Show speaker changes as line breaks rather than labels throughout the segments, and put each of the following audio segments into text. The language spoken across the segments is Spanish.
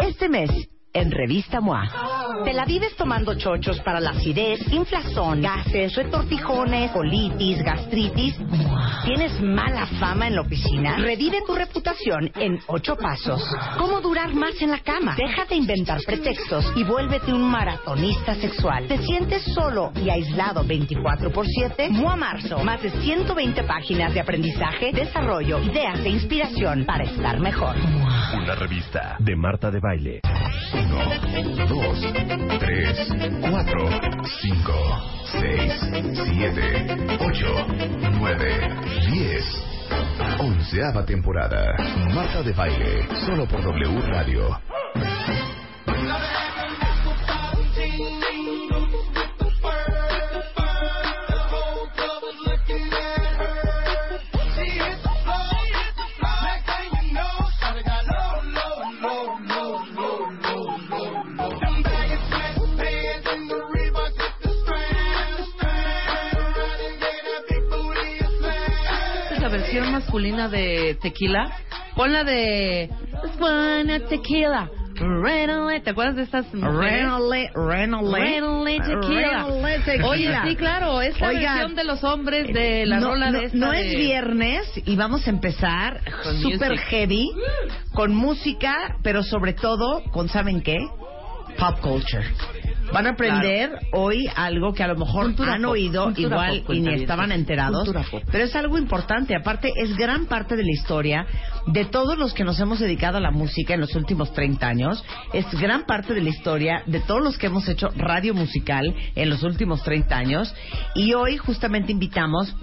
Este mes, en Revista MOA, te la vives tomando chochos para la acidez, inflazón, gases, retortijones, colitis, gastritis. ¿Tienes mala fama en la oficina? Revive tu reputación en ocho pasos. ¿Cómo durar más en la cama? Deja de inventar pretextos y vuélvete un maratonista sexual. ¿Te sientes solo y aislado 24 por 7? MOA Marzo, más de 120 páginas de aprendizaje, desarrollo, ideas e inspiración para estar mejor.
Una revista de Marta de Baile. Uno, dos, tres, cuatro, cinco, seis, siete, ocho, nueve, diez. Onceava temporada. Marta de Baile, solo por W Radio.
es la versión masculina de tequila. Pon la de Just wanna tequila. Renale, ¿te acuerdas de estas mujeres?
Renole, renole.
Renale tequila.
Renale tequila.
Oye, sí, claro, es la
Oigan,
versión de los hombres de la
no,
rola
no-
de esta.
no
de-
es viernes y vamos a empezar
Con
super
music.
heavy, con música, pero sobre todo con, ¿saben qué? Pop culture. Van a aprender hoy algo que a lo mejor
Cultura
han
pop,
oído
cultura
igual y
pop,
ni
cuentavientes.
estaban enterados,
Cultura pop.
pero es algo importante. Aparte, es gran parte de la historia de todos los que nos hemos dedicado a la música en los últimos 30 años. Es gran parte de la historia de todos los que hemos hecho radio musical en los últimos 30 años. Y hoy justamente invitamos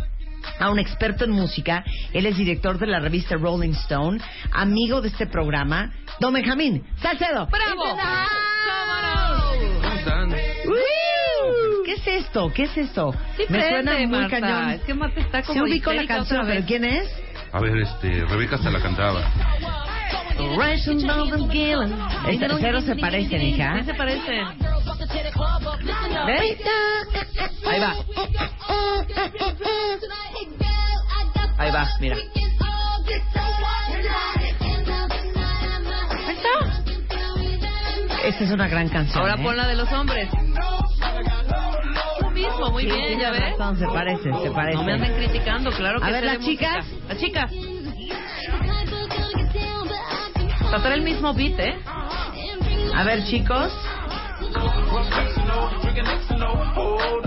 a un experto en música. Él es director de la revista Rolling Stone, amigo de este programa, Don Benjamín Salcedo.
¡Bravo! ¡Cómo no!
¡Woo! ¿Qué es esto? ¿Qué es esto?
Sí,
Me
prende,
suena muy
Marta.
cañón.
Es que Marta está como
Se ubicó la
histérica
canción,
otra
pero
vez.
¿quién es?
A ver, este, Rebeca hasta la cantaba.
Este, cero se parecen, hija.
Sí se parecen.
¿Ves? Ahí va. Ahí va, mira.
Ahí está.
Esta es una gran canción.
Ahora
¿eh?
pon la de los hombres. Tú mismo, muy
Sí,
bien,
tienes
ya ves.
razón, se parece, se parece.
No me anden criticando, claro que
A ver,
sé de
las chicas.
música. Las chicas. Tratar el mismo beat, ¿eh?
A ver, chicos.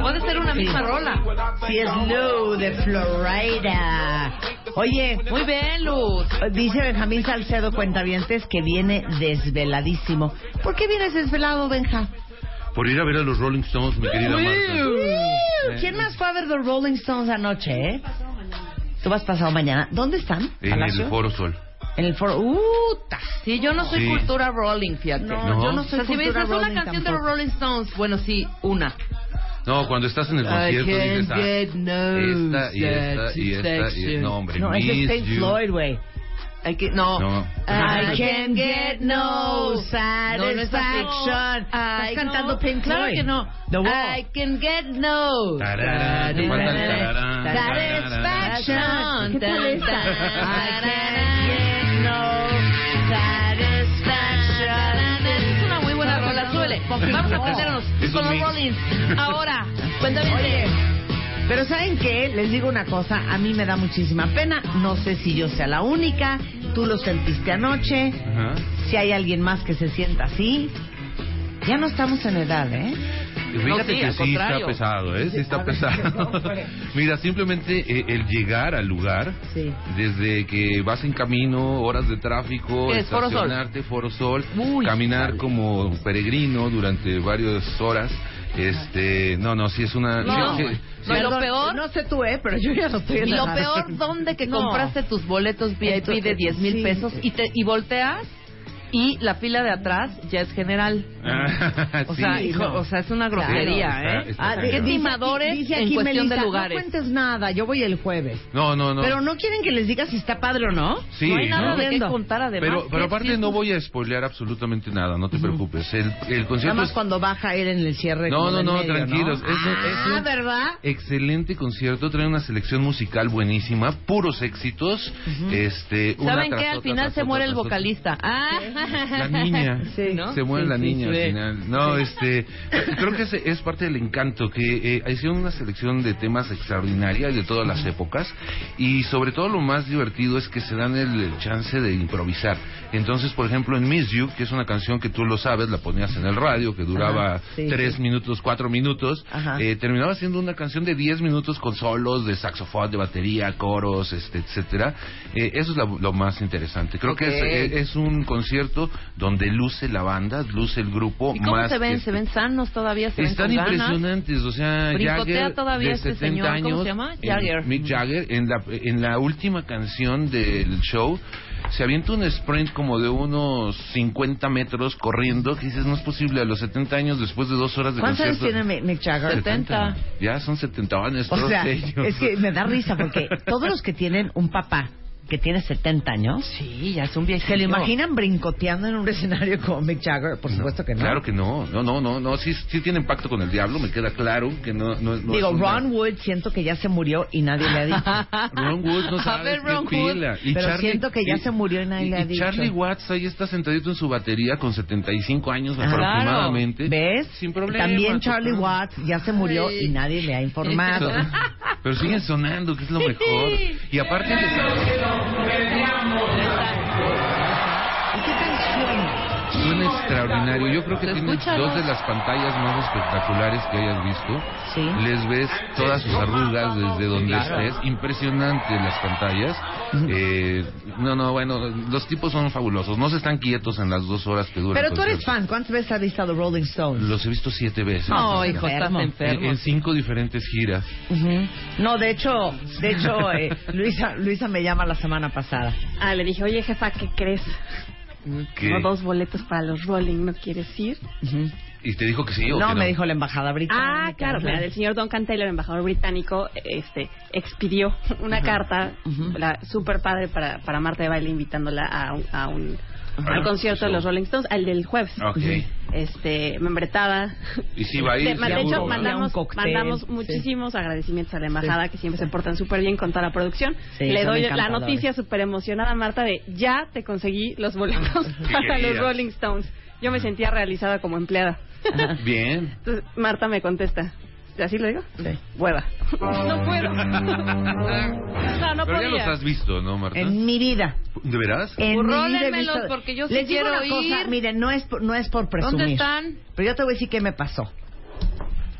Puede ser una misma rola.
Si es Lou de Florida. Oye,
Muy bien, Luz.
dice Benjamín Salcedo Cuentavientes que viene desveladísimo. ¿Por qué vienes desvelado, Benja?
Por ir a ver a los Rolling Stones, mi querida Marta.
¿Quién más fue a ver los Rolling Stones anoche, eh? Tú vas pasado mañana. ¿Dónde están?
En el Foro Sol.
En el foro. ¡Uta!
Sí, yo no soy
Sí.
cultura rolling, fíjate.
No,
No.
yo no
O
soy
sea, si me
cultura
dices una
Rolling
canción de los
tampoco.
Rolling Stones, bueno, sí, una.
No, cuando estás en el concierto dices, ah,
no
esta y esta y esta y no, hombre,
No, es de
Miss
Pink
You.
Floyd, güey.
Hay que- no.
No.
I can get no satisfaction.
Ay,
Estás cantando
no,
Pink
Claro
Floyd.
que no.
The Wall.
I can get no
Tarara, te falta el tarara, tarara.
satisfaction.
¿Qué tal esta?
I can get Es
satisfaction.
una muy buena rola, súbele. Vamos a aprendernos
Es un
con los
mix.
Rollins. Ahora, cuéntame.
Oye, pero ¿saben qué? Les digo una cosa, a mí me da muchísima pena, no sé si yo sea la única, tú lo sentiste anoche,
Ajá.
si hay alguien más que se sienta así, ya no estamos en edad, ¿eh?
Y Fíjate
No, sí,
que
al
sí
contrario.
está pesado, ¿eh? Sí está pesado. Mira, simplemente eh, el llegar al lugar,
Sí.
desde que vas en camino, horas de tráfico,
¿Qué es, Foro Sol?
estacionarte, Foro Sol,
Uy,
caminar como peregrino durante varias horas, este, no, no, sí es una...
No,
creo que-
no, y lo peor-
No sé tú, ¿eh? Pero yo ya no estoy en
Y lo
edad.
peor, ¿dónde que
No.
compraste tus boletos VIP de
Entonces,
10 mil
sí.
pesos y, te, y volteas y la fila de atrás ya es general?
Ah,
O,
sí.
sea, hijo,
no.
o sea, es una grosería,
Claro, está-
¿eh?
está- Ah,
de-
qué
dice
timadores
dice
en cuestión de
Melissa,
lugares.
No cuentes nada, yo voy el jueves.
No, no, no.
Pero no quieren que les diga si está padre o no.
Sí,
no hay nada
¿no?
de qué
Entiendo.
contar, además.
Pero,
¿Qué
pero aparte
es
no
eso?
voy a spoilear absolutamente nada, no te preocupes. El, el
Nada
concierto
más
es
cuando baja él en el cierre.
No,
como
no,
del
no,
medio,
tranquilos. Es- es
ah,
un-
¿verdad?
excelente concierto, trae una selección musical buenísima, puros éxitos. este, una
¿Saben
tras
qué? Al
otra,
final
tras
se
otra,
muere el
tras otra.
vocalista. Ah,
La niña.
Sí.
¿No?
Se muere
Sí,
la
sí,
niña
sí.
al final. No, este. Creo que es, es parte del encanto que eh, hicieron una selección de temas extraordinarias de todas las épocas. Y sobre todo lo más divertido es que se dan el, el chance de improvisar. Entonces, por ejemplo, en Miss You, que es una canción que tú lo sabes, la ponías en el radio, que duraba
Ajá, sí,
tres
sí.
minutos, cuatro minutos.
Ajá.
eh, terminaba siendo una canción de 10 minutos con solos de saxofón, de batería, coros, este, etcétera. Eh, eso es la- lo más interesante. Creo que es, eh,
Ok.
es- es un concierto donde luce la banda, luce el grupo.
¿Y cómo
más
se ven?
que-
¿Se ven sanos todavía? ¿Se
Están
ven con ganas?
impresionantes, o sea,
Brincotea
Jagger
todavía
de
este
70
señor,
años,
¿cómo se llama?
en-
Jagger.
Mick Jagger en la en la última canción del show se avienta un sprint como de unos 50 metros corriendo, que dices, no es posible a los 70 años después de dos horas de
¿Cuántos años
concierto.
tiene Mi- Mick Jagger?
70.
Ya son 70 años
O
todos
sea,
ellos.
es que me da risa porque todos los que tienen un papá que tiene 70 años,
Sí, ya es un viaje.
¿se lo imaginan brincoteando en un escenario como Mick Jagger? Por supuesto que no.
Claro que no, no, no, no, no, sí, sí tiene pacto con el diablo, me queda claro que no, no, no
Digo,
es una-
Ron Wood siento que ya se murió y nadie le ha dicho.
Ron Wood no
A
sabe
ver, Ron
qué
Wood.
pila. Y
Pero siento que ya se murió y nadie le ha
y
dicho.
Charlie Watts ahí está sentadito en su batería con 75 años
Claro.
aproximadamente.
¿Ves?
Sin problema.
También
total.
Charlie Watts ya se murió
Ay.
y nadie le ha informado.
Pero- Pero siguen sonando, que es lo mejor. Y aparte...
¿Y qué canción?
Suena extraordinario. Yo creo que
Pero
tienes
escúchalo.
dos de las pantallas más espectaculares que hayas visto.
Sí.
Les ves todas sus arrugas desde donde estés. Impresionante las pantallas. Eh, no, no, bueno, los tipos son fabulosos. No se están quietos en las dos horas que duran.
Pero tú eres fan. ¿Cuántas veces has visto a The Rolling Stones?
Los he visto siete veces.
No, hijo, estás
Enfermo.
en,
enfermo.
en cinco diferentes giras.
Ujú. No, de hecho, de hecho, eh, Luisa, Luisa me llama la semana pasada.
Ah, le dije, oye jefa, ¿qué crees?
¿Qué?
Tengo dos boletos para los Rolling, ¿no quieres ir?
Ujú.
¿Y te dijo que sí o
no,
que no?
me dijo la embajada británica.
Ah, claro, mira, el señor Duncan Taylor, embajador británico, este, expidió una carta,
Ujú.
la super padre para, para Marta de Baile, invitándola a un, a un-
Ajá.
al concierto
pues,
de los Rolling Stones, al del jueves.
Ok.
Este, membretada.
Y sí va a ir,
De, de
seguro,
hecho,
¿no? Y a un
mandamos,
cóctel,
mandamos
sí.
muchísimos agradecimientos a la embajada,
Sí.
que siempre se portan súper bien con toda la producción.
Sí,
Le
son
doy la
encantadores.
noticia súper emocionada, Marta, de ya te conseguí los boletos para los
querías.
Rolling Stones. Yo me sentía realizada como empleada.
Bien.
Entonces, Marta me contesta. ¿Así lo digo?
Sí.
Hueva. No puedo. No, no
Pero ya
podía.
los has visto, ¿no, Marta?
En mi Eh. vida.
¿De veras?
En mi vida he
Rólenmelos,
visto-
porque yo sí
Les digo
quiero
una cosa,
ir.
miren, no es, por- no es por presumir.
¿Dónde están?
Pero yo te voy a decir qué me pasó.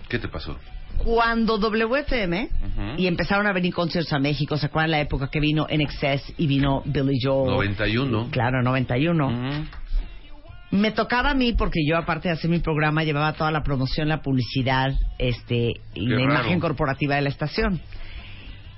¿Qué te pasó?
Cuando WFM
Ujú.
y empezaron a venir conciertos a México, ¿se acuerdan la época que vino En Excess y vino Billy Joel?
91.
Claro, 91.
Ujú.
Me tocaba a mí porque yo aparte de hacer mi programa llevaba toda la promoción, la publicidad, este y
Qué
la
raro.
imagen corporativa de la estación.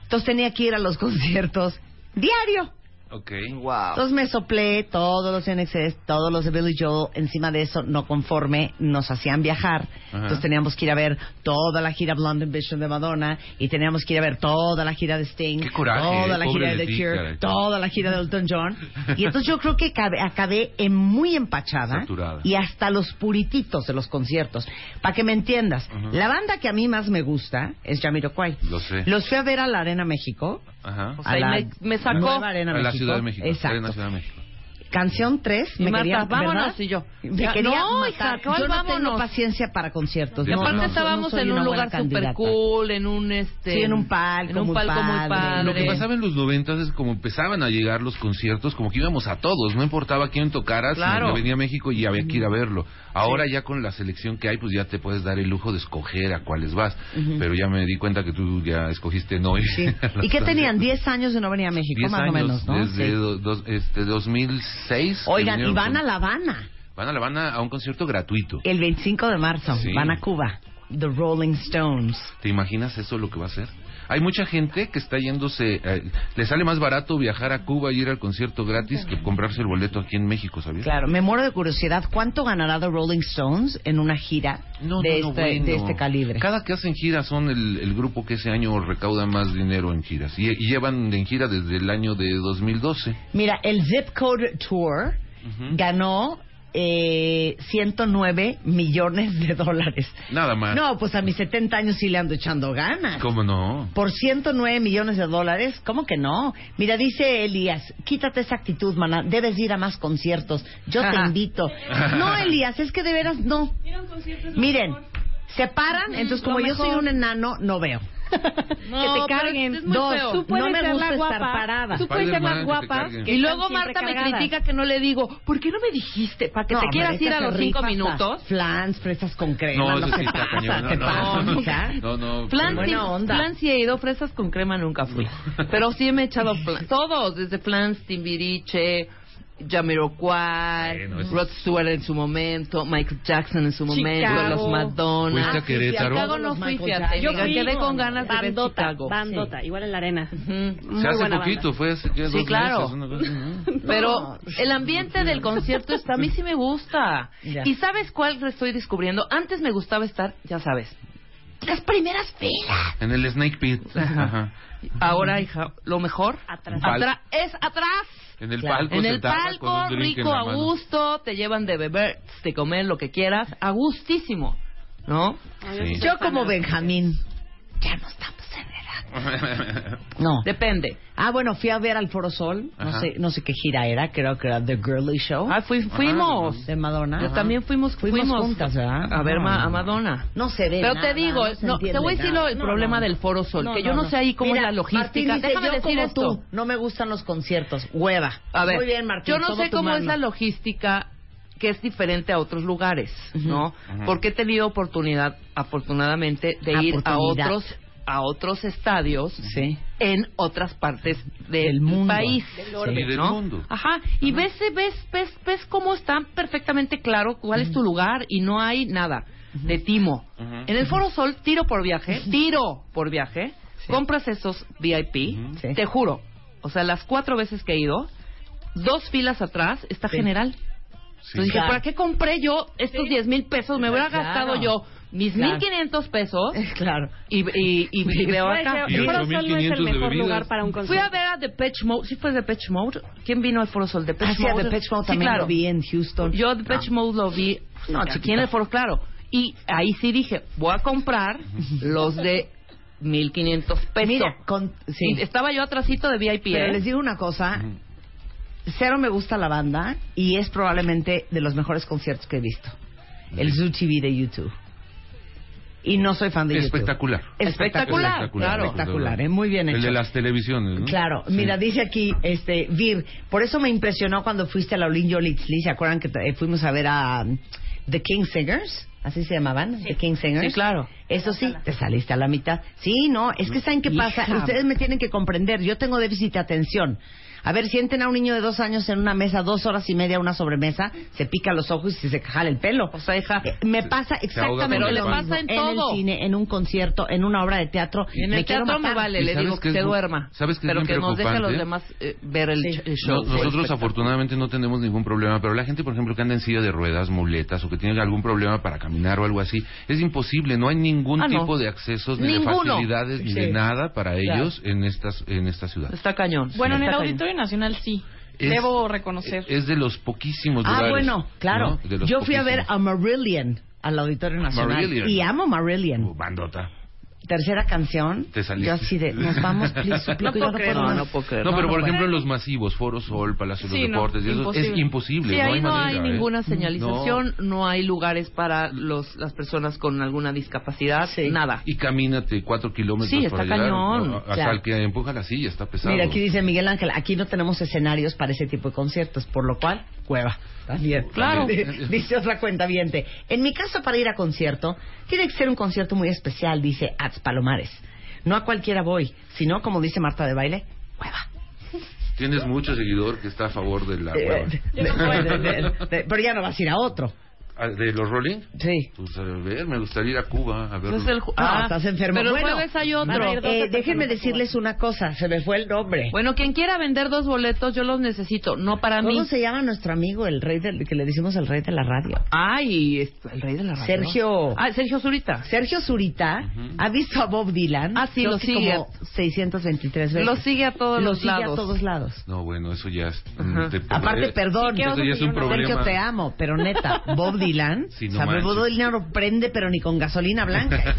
Entonces tenía que ir a los conciertos diario.
Ok.
Entonces me soplé todos los NXS, todos los de Billy Joel, encima de eso, no conforme, nos hacían viajar.
Ajá.
Entonces teníamos que ir a ver toda la gira Blonde Ambition de Madonna y teníamos que ir a ver toda la gira de Sting,
Qué coraje,
toda la
pobre
gira de
de
The
ti,
Cure,
caray.
toda la gira de Elton John. Y entonces yo creo que cabe- acabé en muy empachada
Saturada.
y hasta los purititos de los conciertos. Para que me entiendas,
Ajá.
la banda que a mí más me gusta es Jamiroquai.
Lo sé.
Los fui a ver a la Arena México.
Ajá.
O sea,
A
y
la
me- me sacó.
nueva Arena
a la
México.
Ciudad de México.
Exacto.
Arena Ciudad de México.
Canción 3,
Y
me
Marta,
quería
vámonos,
¿verdad?
y yo,
Me
ya,
quería
no,
matar.
hija,
yo no tengo
vámonos.
paciencia para conciertos.
Y
Y
no,
aparte
no, no,
estábamos
no soy
en un
una
lugar
buena
super
candidata.
cool, en un este...
Sí, en un palco
en un
muy
palco
padre.
muy padre.
Lo que pasaba en los noventas es como empezaban a llegar los conciertos, como que íbamos a todos, no importaba quién tocara, sino
Claro.
que venía a México y había que ir a verlo. Ahora ya con la selección que hay, pues ya te puedes dar el lujo de escoger a cuáles vas. Pero ya me di cuenta que tú ya escogiste no ir.
Sí.
a los
¿Y qué tenían?
conciertos.
10 años de no venir a México,
Diez
más
años,
o menos, ¿no?
Desde
Sí.
do- dos- este, 2006. que
Oigan, y
vinieron
van
con-
a La Habana
Van a La Habana a un concierto gratuito.
el 25 de marzo,
Sí.
van a Cuba, The Rolling Stones.
¿Te imaginas eso lo que va a ser? Hay mucha gente que está yéndose, eh, le sale más barato viajar a Cuba y ir al concierto gratis que comprarse el boleto aquí en México, ¿sabías?
Claro, me muero de curiosidad, ¿cuánto ganará The Rolling Stones en una gira
No,
de,
no, no,
este,
bueno.
de este calibre?
Cada que hacen giras son el, el grupo que ese año recauda más dinero en giras. Y, y llevan en gira desde el año de 2012.
Mira, el Zip Code Tour ganó eh, 109 millones de dólares.
Nada más.
No, pues a mis 70 años sí le ando echando ganas.
¿Cómo no?
Por 109 millones de dólares, ¿cómo que no? Mira, dice Elías, quítate esa actitud, maná, debes ir a más conciertos, yo te
Ajá.
invito. No, Elías, es que de veras no. Miren, se paran, entonces como
lo
yo soy
mejor.
un enano, no veo.
que te carguen.
es muy
Dos.
feo.
Tú puedes
No me
ser la
gusta
guapa.
estar parada.
Tú puedes
Vale madre
ser más
que te
guapa.
carguen.
que
que
Y luego
están siempre
Marta me
cargadas.
critica que no le digo, ¿por qué no me dijiste? Para que
No,
te
hombre,
quieras
esta
ir a
se
los
rifa
cinco
hasta
minutos.
Flans, fresas con crema,
No,
no,
eso
se
sí está
pasa,
cañón,
te
no,
pasa,
no.
mija.
No, no.
Plan,
Buena
sí,
onda.
plan sí he ido, fresas con crema nunca fui. Pero sí me he echado plan- todos, desde plans Timbiriche, Jamiroquai,
Bueno, eso
Rod Stewart en su momento, Michael Jackson en su momento,
Chicago.
los Madonna.
¿Fuiste a Querétaro?
Chicago no fui, fíjate.
Yo
amiga,
fui
quedé con ganas de ver
bandota,
Chicago.
Bandota, igual en la arena.
Ujú.
Muy
Se hace
buena
poquito,
banda.
fue hace ya
Sí,
dos
claro.
meses, una cosa, ¿no?
Pero el ambiente del concierto está, a mí sí me gusta.
Ya.
¿Y sabes cuál estoy descubriendo? Antes me gustaba estar, ya sabes, las primeras filas.
En el Snake Pit. Ajá.
Ahora, hija, lo mejor
Atrás.
Atra- es atrás.
En el
Claro.
palco
en
se
el
tapa con
palco,
un drink en
rico,
la
a
mano.
gusto, te llevan de beber, de comer, lo que quieras, a gustísimo, ¿no?
Ay, yo
Sí.
soy
Yo
fan
como
de los-
Benjamín, ya no estamos en edad. No.
Depende.
Ah, bueno, fui a ver al Foro Sol, no
Ajá.
sé, no sé qué gira era, creo que era The Girly Show
Ah, fui- fuimos.
de Madonna.
Yo también fuimos,
Fuimos
fuimos,
juntas, ¿verdad? Ah.
a ver ma-
No.
a Madonna.
No se ve.
Pero
nada,
te digo,
no se
no, te
entiende
voy a decir
nada.
lo- el
No,
problema
no,
del
no.
Foro Sol, que yo no, sé ahí cómo
Mira,
es la logística.
Martín dice,
Déjame
yo
decir
como
esto.
tú, no me gustan los conciertos, hueva.
A ver,
Muy bien, Martín.
yo no
todo
sé
tu
cómo es
mano.
la logística que es diferente a otros lugares, ¿no?
Ujú.
Porque he tenido oportunidad, afortunadamente, de ir a
Oportunidad.
otros a otros estadios
Sí.
en otras partes del
Del mundo.
país.
Del
orbe. Y del mundo.
Ajá, y ves, ves, ves, ves cómo está perfectamente claro cuál es tu lugar y no hay nada de timo.
Ujú.
En el Foro Sol, tiro por viaje, tiro por viaje, compras esos VIP,
Ujú.
Sí.
te juro, o sea, las cuatro veces que he ido, dos filas atrás está
Sí.
general.
Sí.
Entonces dije,
Claro.
¿para qué compré yo estos 10 mil pesos? Me hubiera
Claro. Eh.
gastado yo mis
Claro.
1.500 pesos
Claro.
y, y, y, y veo
Puede
acá.
ser-
Y
el Foro
8,500
Sol no es el
de
mejor
bebidas.
lugar para un
Fui a
concierto.
ver a Depeche Mode. ¿Sí fue Depeche Mode? ¿Quién vino al Foro Sol? Depeche
Hacia
Mode.
The Pitch Mode
Sí,
también
claro.
lo vi Ah. en Houston.
Yo Depeche Mode lo vi
No,
aquí
chiquita.
en el Foro, claro. Y ahí sí dije, voy a comprar los de 1.500 pesos.
Mira, con, sí.
Y estaba yo atrasito de VIP.
Pero
¿eh?
les digo una
Mm.
cosa, cero me gusta la banda y es probablemente de los mejores conciertos que he visto. El Zoo TV de YouTube. Y no soy fan de YouTube.
Espectacular.
Espectacular,
claro.
Espectacular, ¿eh? muy bien hecho.
El de las televisiones, ¿no?
Claro,
¿Mm? Sí.
mira, dice aquí, este, Vir, por eso me impresionó cuando fuiste a la Olin Yolitzli, ¿se acuerdan que eh, fuimos a ver a um, The King Singers? Así se llamaban, The King Singers.
Sí, claro.
Eso sí, te saliste a la mitad. Sí, no, es que ¿saben qué pasa?
Hija.
Ustedes me tienen que comprender, yo tengo déficit de atención. A ver, sienten a un niño de dos años en una mesa, dos horas y media, una sobremesa, se pica los ojos y se jala el pelo.
O sea, hija,
Eh, me pasa
se ahoga
exactamente
con el
lo
pan.
mismo
Pero le pasa en
el
todo.
cine, en un concierto, en una obra de teatro.
en el
me quiero
teatro me
matar.
vale,
¿Y
le
sabes
digo
qué
que
es
se
lo-
duerma.
sabes qué es bien
pero que nos deje a los
preocupante?
demás eh, ver el,
Sí.
ch- el
No,
show.
nosotros afortunadamente no tenemos ningún problema, pero la gente, por ejemplo, que anda en silla de ruedas, muletas o que tiene algún problema para caminar o algo así, es imposible, no hay ningún
Ah, no.
tipo de accesos ni
Ninguno.
de facilidades ni de
Sí.
nada para
Claro. Pues,
ellos en estas en esta ciudad.
Está cañón.
Bueno, en el
Está cañón.
Auditorio Nacional sí.
Es-
Debo reconocer.
Es de los poquísimos
Ah,
lugares.
bueno, claro.
¿no? De los
Yo fui a ver
poquísimos.
a Marillion al Auditorio Nacional
Marillion.
y amo Marillion.
Uh, bandota.
Tercera canción.
Te saliste.
Yo así de, nos vamos, please, suplico,
No
yo
puedo creer,
más.
no, no puedo creer.
No, pero por
puedo.
ejemplo en los masivos, Foro Sol, Palacio de
Sí,
los
no,
Deportes, y eso es
imposible.
imposible.
Sí,
no
ahí no
manera,
hay
¿eh?
ninguna
No.
señalización, no, hay lugares para los, las personas con alguna discapacidad,
Sí.
nada.
Y camínate cuatro kilómetros
Sí,
para
está
llegar.
cañón,
¿no? Hasta
claro.
el que empuja la silla, está pesado.
Mira, aquí dice Miguel Ángel, aquí no tenemos escenarios para ese tipo de conciertos, por lo cual, cueva. También.
Claro.
Dice otra cuenta viente. En mi caso, para ir a concierto, tiene que ser un concierto muy especial, dice Ats Palomares. No a cualquiera voy, sino, como dice Marta de Baile, cueva.
Tienes mucho seguidor que está a favor de la
Eh,
hueva.
de- de- de- de- pero ya no vas a ir a otro.
Ah, ¿De los Rolling?
Sí.
Pues a ver, me gustaría ir a Cuba a verlo.
Entonces el ju-
No, Ah, estás enfermo.
Ah, Pero el
Bueno,
jueves hay otro.
van a ir dos
Eh,
personas
déjenme
en Cuba.
decirles una cosa, se me fue el nombre.
Bueno, quien quiera vender dos boletos, yo los necesito, no para mí.
¿Cómo se llama nuestro amigo, el rey del, que le decimos el rey de la radio?
Ay, es- el rey de la radio.
Sergio-
Ah, Sergio Zurita.
Sergio Zurita ha visto a Bob Dylan.
Ah, sí,
creo
lo
que
sigue.
Como 623 veces.
Lo sigue a todos
Lo
los
sigue
lados.
a todos lados.
No, bueno, eso ya es...
Ajá.
te-
Aparte,
eh,
perdón,
Eso ya es un
Sergio,
problema.
te amo, pero neta, Bob Dylan,
Sí, no
o sea,
manches.
Bob Dylan no prende, pero ni con gasolina blanca.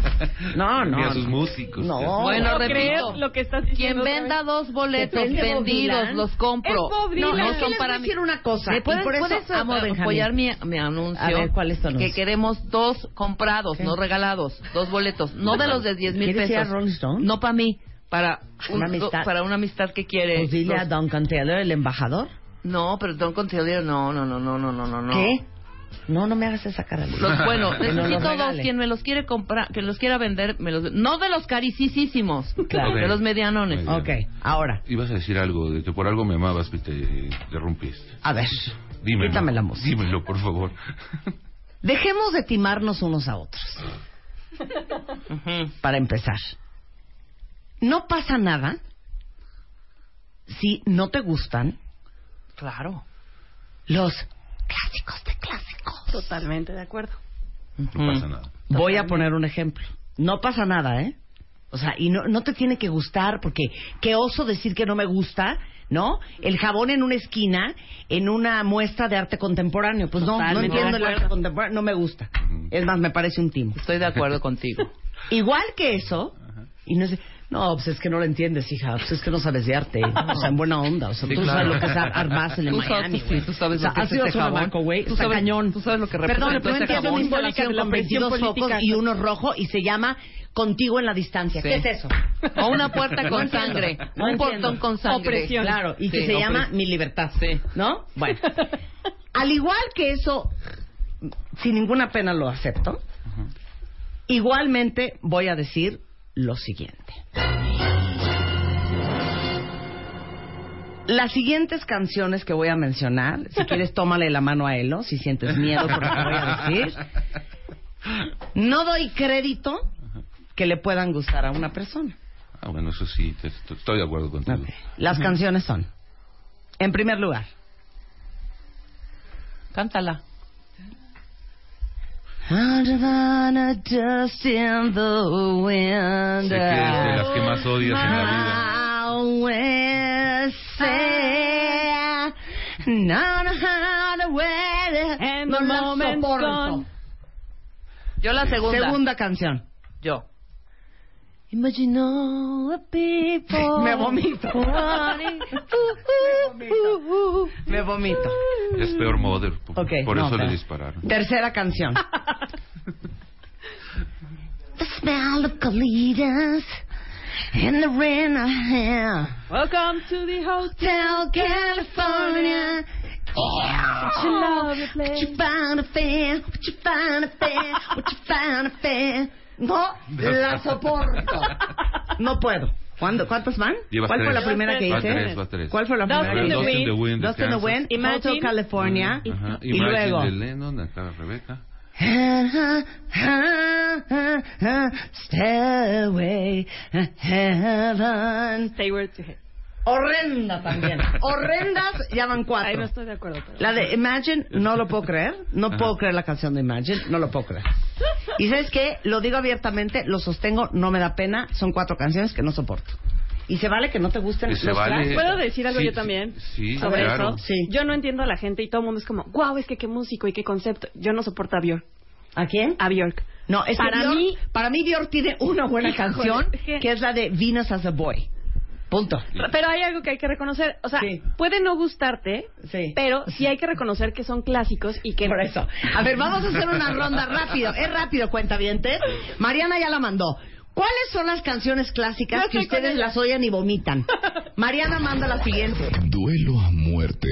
No, no.
Ni a sus
no.
músicos. ¿eh?
No.
Bueno,
¿Puedo
repito.
creer lo que estás
Quien
diciendo otra
venda
vez?
dos boletos
Depende de Bob
vendidos,
Dylan.
los
Es
compro.
No,
Bob Dylan.
no,
Es
es
que
que
son
les voy
para
a
mí.
decir una cosa.
¿Me
y
pueden,
por eso
puedes
amo a Benjamín.
apoyar mi, mi anuncio?
A ver, ¿cuál es tu anuncio?
Que queremos dos comprados,
¿Qué?
no regalados, dos boletos, no de los de 10 mil
¿Quieres
pesos.
ir a Rolling Stone?
No para mí, para, un-
Una amistad.
para una amistad que quiere.
Pues dile a
los-
Duncan Taylor, el embajador.
No, pero Don Concealero, no, no, no, no, no, no, no. no.
¿Qué? No, no me hagas esa cara. Luis.
Los, bueno,
Que nos los
necesito dos.
regale.
Quien me los quiere comprar, quien los quiera vender, me los no de los caricísimos,
Claro.
de los medianones.
Muy bien.
Ok, ahora,
Ibas a decir algo, de que por algo me amabas y te interrumpiste.
a ver,
Dímelo.
quítame la música.
Dímelo, por favor.
Dejemos de timarnos unos a otros,
Ujú.
para empezar. No pasa nada si no te gustan
Claro.
los clásicos de clásicos.
Totalmente de acuerdo.
No
Mm.
pasa nada.
Voy a poner un ejemplo. No pasa nada, ¿eh? O sea, y no, no te tiene que gustar, porque qué oso decir que no me gusta, ¿no? El jabón en una esquina, en una muestra de arte contemporáneo. Pues no, no
Totalmente
entiendo
de
el
acuerdo.
arte contemporáneo, no me gusta.
Ujú.
Es más, me parece un timo.
Estoy de acuerdo contigo.
Igual que eso, y no es, no, pues es que no lo entiendes, hija, pues es que no sabes de arte, o sea, en buena onda, o sea,
Sí,
tú
claro.
sabes lo que es armarse en
Tú sabes,
Miami,
sí,
güey.
tú sabes
o sea,
lo que
has
es
ido a
ese
Sonamaco,
jabón.
güey,
Tú
está
sabes-
cañón.
tú sabes lo que
Perdón,
representó
pero no
ese
entiendo
jabón.
una instalación
Simbólica de la
con 22
presión
focos
política.
y uno rojo y se llama Contigo en la distancia.
Sí.
¿Qué es eso?
O una puerta con
entiendo.
sangre,
No
un
entiendo.
portón con sangre.
Opresión.
Claro, y que
Sí,
se
opres-
llama Mi Libertad,
Sí.
¿no? Bueno, al igual que eso, sin ninguna pena lo acepto, igualmente voy a decir lo siguiente. Las siguientes canciones que voy a mencionar, si quieres tómale la mano a Elo, si sientes miedo por lo que voy a decir, no doy crédito que le puedan gustar a una persona.
Ah, bueno, eso sí, te- te- estoy de acuerdo contigo.
Ok. Las canciones son, en primer lugar,
Cántala.
Hundred and a dust in the wind.
Sé que es de las que más odias en la
Ah.
vida.
I will say, not how to wait,
And
no
the
la
moment's
soporto.
gone.
Yo la segunda.
Segunda canción.
Yo.
Imagine all the people. Me vomito.
wanting-
Me vomito. Me vomito.
Es peor Mother, por,
Ok,
por
no,
eso
pero-
le dispararon.
Tercera canción. the smell of colitas and the rain of hell.
Welcome to the hotel.
Hotel California.
Such a lovely place.
What you find a fan? What you find a fan? What you find a fan? No la soporto. No puedo. ¿Cuándo, ¿Cuántas van?
Llevas
¿Cuál fue
tres.
la primera que
Llevas
hice?
tres, llevas tres.
¿Cuál fue la
Dust
primera
in
que
the
hice?
Wind.
Dust in the Wind,
Imagine.
Hotel California.
Ajá.
Y
Imagine
luego.
de Lennon, acá Rebeca.
Stairway to heaven.
Stay where to head.
Horrenda también. Horrendas, ya van cuatro.
Ahí no estoy de acuerdo. pero-
La de Imagine, no lo puedo creer. No
Ajá.
puedo creer la canción de Imagine, no lo puedo creer. Y sabes qué, lo digo abiertamente, lo sostengo, no me da pena. Son cuatro canciones que no soporto. Y se vale que no te gusten.
Se
los
vale.
clásicos.
¿Puedo decir algo
Sí,
yo también?
sí,
sobre
claro.
eso.
Sí.
Yo no entiendo a la gente y todo el mundo es como, wow, es que qué músico y qué concepto. Yo no soporto a Bjork.
¿A quién?
A Bjork.
No, es que
Ah, para
Bjork-
mí,
para mí Bjork tiene una buena
Híjole,
canción,
es que-
que es la de Venus as a Boy. Punto.
pero hay algo que hay que reconocer. O sea,
Sí.
puede no gustarte,
Sí.
pero sí hay que reconocer que son clásicos y que
Por eso. A ver, vamos a hacer una ronda rápido. Es rápido, cuenta Mariana ya la mandó. ¿Cuáles son las canciones clásicas
Yo
que
estoy con
ustedes
ella.
las oyen y vomitan? Mariana manda la siguiente.
Duelo a muerte.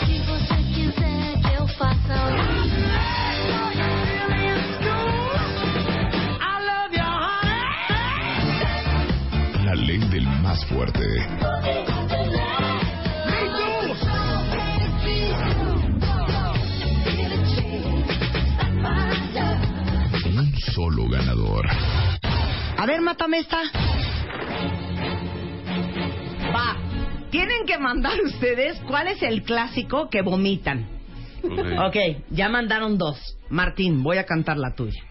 Que você quiser que eu faça
La ley del más fuerte.
o
A ver, mátame esta. Va. Tienen que mandar ustedes cuál es el clásico que vomitan. Ok, ya mandaron dos. Martín, voy a cantar la tuya.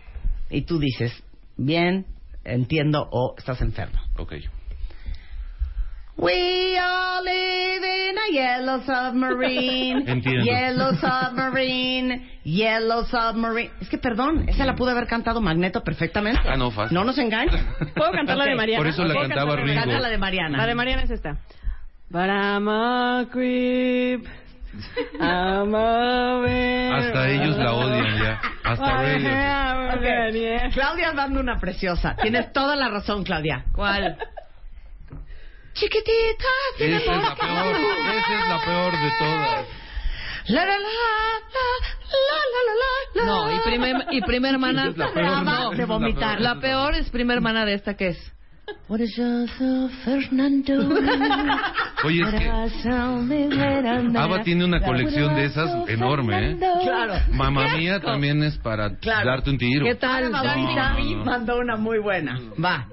Y tú dices, bien, entiendo o estás enfermo.
Ok.
We all live in a yellow submarine.
Entiendo.
Yellow submarine. Yellow submarine. Es que perdón, esa la pude haber cantado Magneto perfectamente.
Ah, no, fácil.
No nos engañes.
¿Puedo cantar la
Ok.
de Mariana?
Por eso la
¿Puedo
cantaba
cantar la de
Ringo.
Canta
Mariana?
la de Mariana.
La de Mariana es esta. But I'm a creep. I'm a bear.
Hasta ellos la odian ya. Hasta
I'm
ellos.
a
Ok.
bear, yeah.
Claudia dando una preciosa. Tienes toda la razón, Claudia.
¿Cuál?
Chiquitita,
Esa
tiene
es la
poca
peor,
luz.
esa es la peor de todas.
La la la la la la la la.
No, y primer, y prima hermana.
Es la peor,
Ah,
¿no?
no.
Esa es la
vomitar.
peor.
La peor es prima hermana de esta que es.
What is your Fernando?
Oye, es que Ava tiene una colección de esas enorme, ¿eh?
Claro.
Mamá mía también es para
Claro.
darte un tiro.
¿Qué tal?
Ana Bautista
No, no, no.
mandó una muy buena. Va.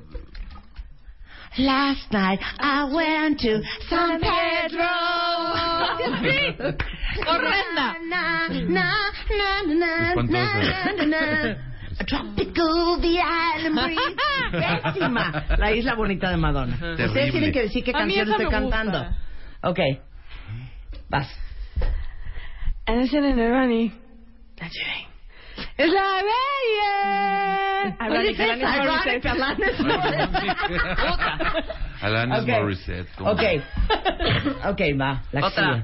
Last night I went to San Pedro.
Horrenda.
Na, na, na, na, na,
Espantosa.
na, na, na. A tropical, the island breeze.
Pésima. La isla bonita de Madonna. Ustedes
Terrible.
tienen que decir qué
A mí
canción
esa me
estoy
gusta.
cantando. Ok. Vas.
And it's in a runny. Not Jane. It's like, yeah, yeah.
Oye, ¿qué es Alanis Alanis Morissette. Ok.
Alanis Morissette. ¿cómo
Ok.
no?
Ok, va. La que
Otra.
sigue.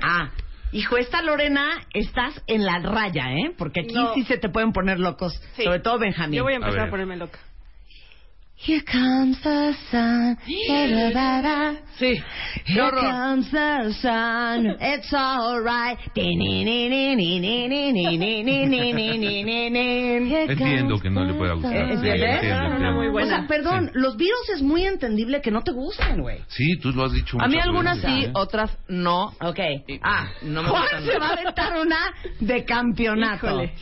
Ah. Hijo, esta Lorena, estás en la raya, ¿eh? Porque aquí
No.
sí se te pueden poner locos.
Sí.
Sobre todo Benjamín.
Yo voy a empezar
ver.
a ponerme loca.
Here comes the sun. Da-da-da-da.
Sí. Qué
Here
horror.
comes the sun, it's alright.
Entiendo que no le pueda gustar.
Eh,
Sí,
¿entiendes?
entiendo,
No, no,
entiendo.
no, muy
O
buena.
sea, perdón, los virus es muy entendible que no te gusten, güey.
Sí, tú lo has dicho
A mí
muchas
algunas
veces,
sí,
¿eh?
otras no.
Ok.
Sí.
Ah,
No me
Juan
gustan.
se va a aventar una de campeonato.
Híjole.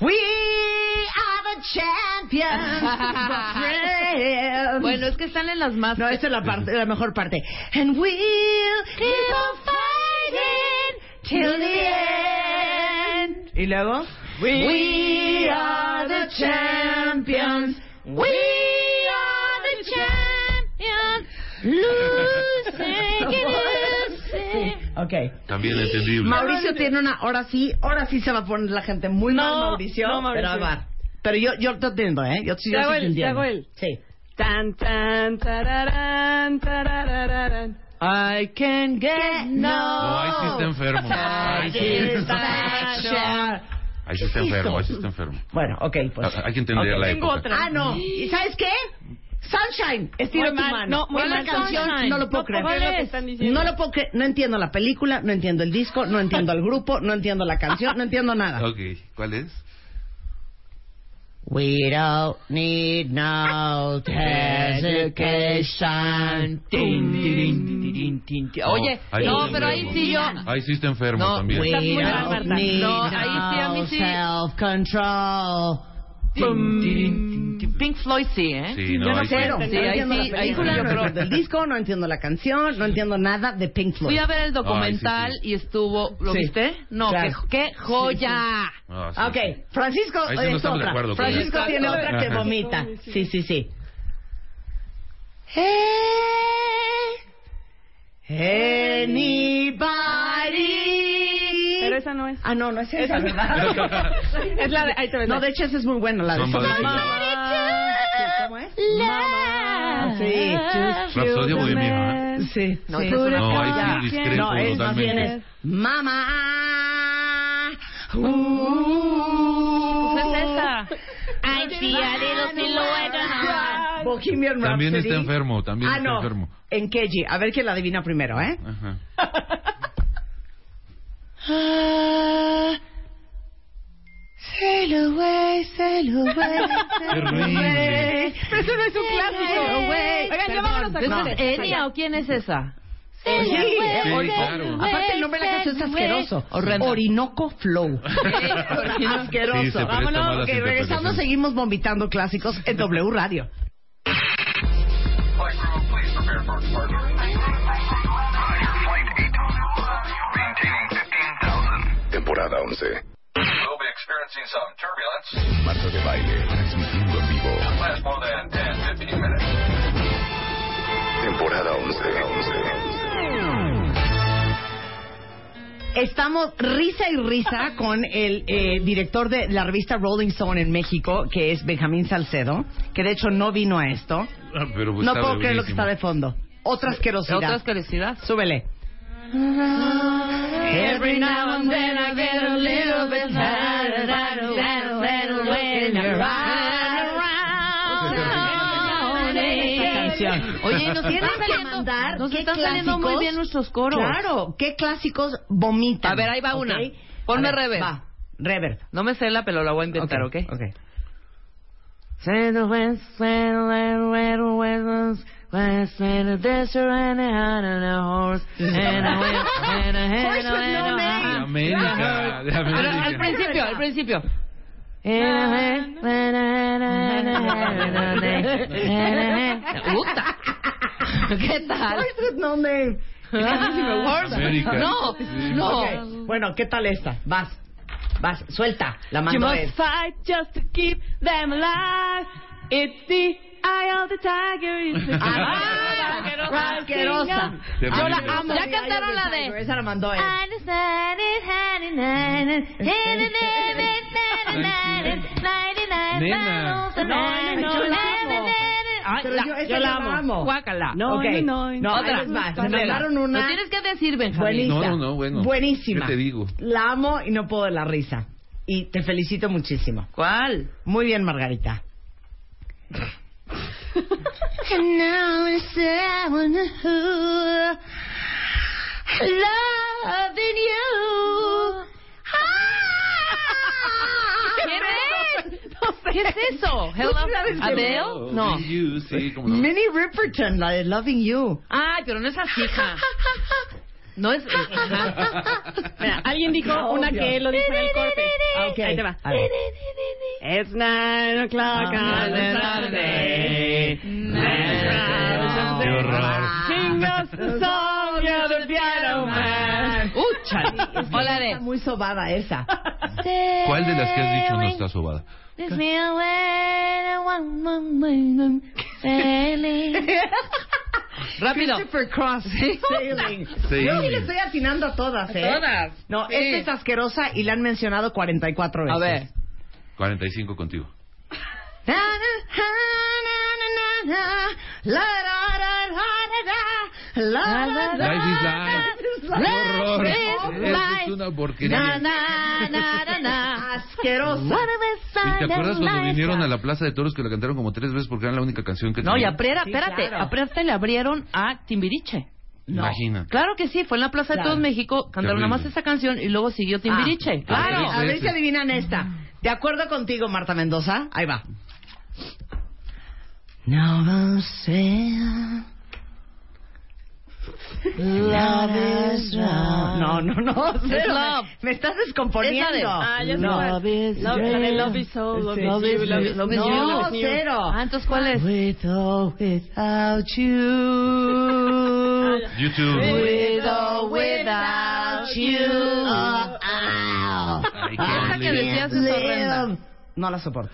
We are the champions. the
Bueno, es que están en las más.
No, esa es la, parte, la mejor parte. And we'll keep on fighting till the end. Y luego. We, are the champions. We are the champions. Losing, losing. Ok.
También entendible.
Mauricio tiene una. Ahora sí, ahora sí se va a poner la gente muy mal,
No,
Mauricio.
no,
Pero,
Mauricio.
ahí va. pero yo, yo te entiendo, ¿eh? Yo, sí- yo
Te hago
sí
el-
te
te
entiendo.
hago el-
Sí.
Tan, tan, tararán, tarararán. I can get
No,
no.
ahí sí está enfermo. Ahí sí está Ahí sí está
¿Qué es
enfermo,
eso?
ahí sí está enfermo.
Bueno, ok, pues.
Ah, Hay que entender
Ok.
la
Tengo
época.
otra.
Ah, no. ¿Y sabes qué? Sunshine, estira
Muy
tu
mal,
mano.
no, muy
Esa
mal,
canción,
Sunshine.
no lo puedo
No
creer.
puedo creer lo que están diciendo.
No lo puedo creer. No entiendo la película, no entiendo el disco, no entiendo el grupo, no entiendo la canción, no entiendo nada.
Ok, ¿cuál es?
We don't need no education.
Tin, tirin, tirin, tin, tin. Oye,
No, ahí
no,
sí
pero ahí
enfermo.
sí yo.
Ahí sí está enfermo
No,
también.
We
Estás muy mal,
don't
Marta.
need
No, ahí sí, a mí sí.
no self-control.
Tin, tirin, tin, tin. Pink Floyd sí, ¿eh?
Sí, no,
yo no
ahí sí.
quiero.
Sí,
no
ahí
entiendo
sí,
la
ahí sí
película,
yo
no
creo.
entiendo el disco, no entiendo la canción, no entiendo nada de Pink Floyd.
Fui a ver el documental
Ay, sí,
y estuvo. ¿Lo
Sí.
viste? No,
Claro.
qué, qué joya.
Ah, sí,
Ah, Ok,
sí.
Francisco
Ahí sí no
es
estamos de
otra.
acuerdo con
Francisco
eso.
tiene otra que
Ajá.
vomita. Sí, sí, sí. Eh, Anybody.
Pero esa no es.
Ah, no, no es esa,
Esa-
¿verdad?
Es la de. Ahí te ves.
No, de hecho esa es muy buena, la de
Somebody to
¿Cómo es? Mamá. Ah, Sí, just
Rapsodia
you the
Bohemia,
man. Sí,
No,
sí.
esa es
¿eh?
una-
No, ahí sí
Ya.
discrepo
No, es más bien
totalmente.
es Mamá.
Pues es esa.
Uh. Ay, sí, a little silhouette. Bohemian Rhapsody.
También está enfermo, también
ah,
está
no.
enfermo.
En Keji. A ver quién la adivina primero, ¿eh?
Ajá.
Sail away, sail away, sail
Terrible.
Pero eso no es un clásico.
Güey,
Oigan, ya vámonos a
¿Esa
corte.
es Enya o quién es esa?
sail away.
Sí,
Oye,
claro.
Aparte el nombre de la canción es asqueroso.
Horrendo.
Orinoco Flow.
Orinoco.
asqueroso.
Sí, se presta malas
Vámonos, que regresando
interpretaciones.
seguimos vomitando clásicos en W Radio.
Temporada 11. Marta de baile. Transmitiendo en vivo. Temporada 11.
Estamos risa y risa con el eh, director de la revista Rolling Stone en México, que es Benjamín Salcedo, que de hecho no vino a esto.
Ah, pero
no
está
puedo creer lo que
buenísimo.
está de fondo. Otra asquerosidad.
Otra asquerosidad.
Súbele. Every now and then I get a little bit tired, I don't know when you're around. Esa canción.
Oye, nos
tienen
están
que
saliendo-
mandar
nos
qué
están saliendo
clásicos-
muy bien nuestros coros.
Claro, qué clásicos vomitan.
A ver, ahí va
¿ok?
una. Ponme
A ver,
reverb.
Va, reverb.
No me sé la, pero la voy a inventar, ¿ok?
Ok. Horse with no
De
name.
América, de
Pero
América.
al principio, al principio. Puta. ¿Qué tal?
Horse with no name.
Horse-
América.
No,
Sí.
no.
Ok, Bueno, ¿qué tal esta? Vas, vas, suelta. La
You
mando es.
must fight just to keep them alive. It's the eye of the tiger. It's the
Ah,
eye of the
asquerosa.
tiger.
asquerosa.
Terrible.
Yo la amo.
Ya cantaron la de-
Esa la Ah, mandó él. Este,
I decided, had it, had it, had it, had it, had it, had it, had it,
Nena.
had it, had it,
No, no, no,
had
no.
it, had it.
Ay,
Pero
la-
yo
yo,
esa
la
la
amo.
amo.
Guácala.
No,
Ok,
no, no.
no.
Otra.
Otra. Más. Me
Otra.
mandaron
Lo
una.
tienes que decir, Benjamín.
Buenísima.
No, no, bueno.
Buenísima.
¿Qué te digo?
La amo y no puedo de la risa. Y te felicito muchísimo.
¿Cuál?
Muy bien, Margarita.
And now it's someone who loving you. Ah!
¿Qué es? ¿Qué es eso? Hello,
¿Tú sabes que-
Adele? No.
Sí, you, sí, como no.
Minnie Riperton, la de Loving You.
Ay, pero no es así, hija. No es. eh,
Mira, alguien dijo
No,
una
obvio.
que lo dijo en el corte.
Ah, ok.
Ahí te va.
A ver.
It's nine o'clock
Ah,
on a Saturday.
Qué horror.
Singles the song of the piano man.
¡Uh, chale! Hola
Está
de.
muy sobada esa.
eh,
¿Cuál de las que has dicho no está sobada?
Leave me alone, one moment, sailing.
Rápido.
Christopher Cross. Sailing.
Sailing.
Yo sí le estoy atinando a todas, ¿eh?
Todas.
No,
Sí.
esta es asquerosa y la han mencionado 44 veces.
A ver.
45 contigo.
Na, na, na, na, na, la, ra, ra, ra, ra, la, la,
Life
ra,
is
ra,
life.
la,
¡Qué
la,
horror!
is
Esa Es
life.
una
Na,
porquería.
na, na, na, na. Asquerosa.
¿Y te acuerdas cuando vinieron a la Plaza de Toros que la cantaron como tres veces porque era la única canción que
No, y
tenían?
aprera,
Sí,
espérate.
claro.
Aparte le abrieron a Timbiriche.
No.
Imagina.
Claro que sí, fue en la Plaza
Claro.
de Todos México, cantaron nada más
Terrible.
esa canción y luego siguió Timbiriche.
Ah,
claro.
A ver si
Veces.
adivinan esta. De acuerdo contigo, Marta Mendoza. Ahí va. No lo sé. No, no, no. cero.
love.
Me estás descomponiendo.
Es la de-
Ah, ya sé
no.
cuál. Love is Love- la de love is so, love is you, love is- love is you,
No,
love is you.
cero.
Ah, entonces ¿cuál es?
With or without you.
YouTube.
With or without you. Ah, Ow.
Ay, qué
I
Esa Ah, que decías es
live.
horrenda.
No la soporto.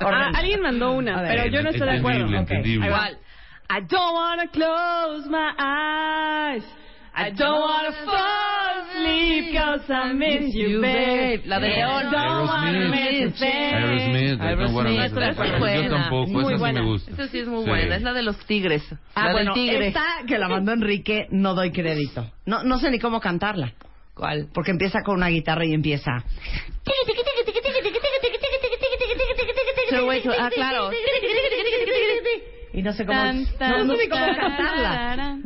Ah, alguien mandó una,
A ver.
pero yo no estoy de acuerdo.
Entendible, entendible.
Ahí va. I don't wanna close my eyes. I don't wanna fall asleep cause I miss you, babe.
La de León.
Don't wanna
Aerosmith.
miss it.
Aerosmith. I don't wanna miss
Aerosmith,
it.
esa es buena.
Yo tampoco,
Muy
esa sí
buena.
me gusta.
Esa sí es muy buena, es la de los tigres.
Ah,
la del
bueno,
tigre.
esta que la mandó Enrique no doy crédito. No, no sé ni cómo cantarla,
¿Cuál?
porque empieza con una guitarra y empieza...
ah, claro.
Y no sé cómo... no, no sé cómo cantarla.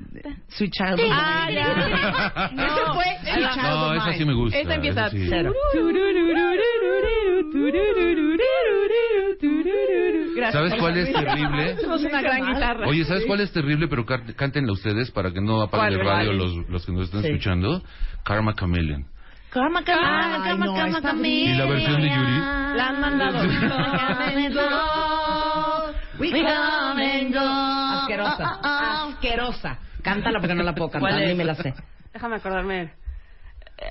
Sweet Child of
Ah,
Mine.
ya.
No, Ese fue Sweet
esa-
Child
No,
of
esa
Mine.
sí me gusta.
Esta empieza
esa sí.
Cero.
Tururururururu, tururururururu, Gracias.
¿Sabes cuál es terrible?
Somos una gran guitarra.
Oye, ¿sabes cuál es terrible? Pero can- cántenla ustedes para que no apaguen el
¿Cuál?
radio los, los que nos están
Sí.
escuchando. Karma Chameleon.
Cama,
Ay, no,
cama, cama, cama,
está
cama.
bien.
¿Y la versión de Yuri?
La han mandado.
We come and go. Asquerosa. Asquerosa. Cántala porque no la puedo cantar,
¿Cuál es?
ni me la sé.
Déjame acordarme.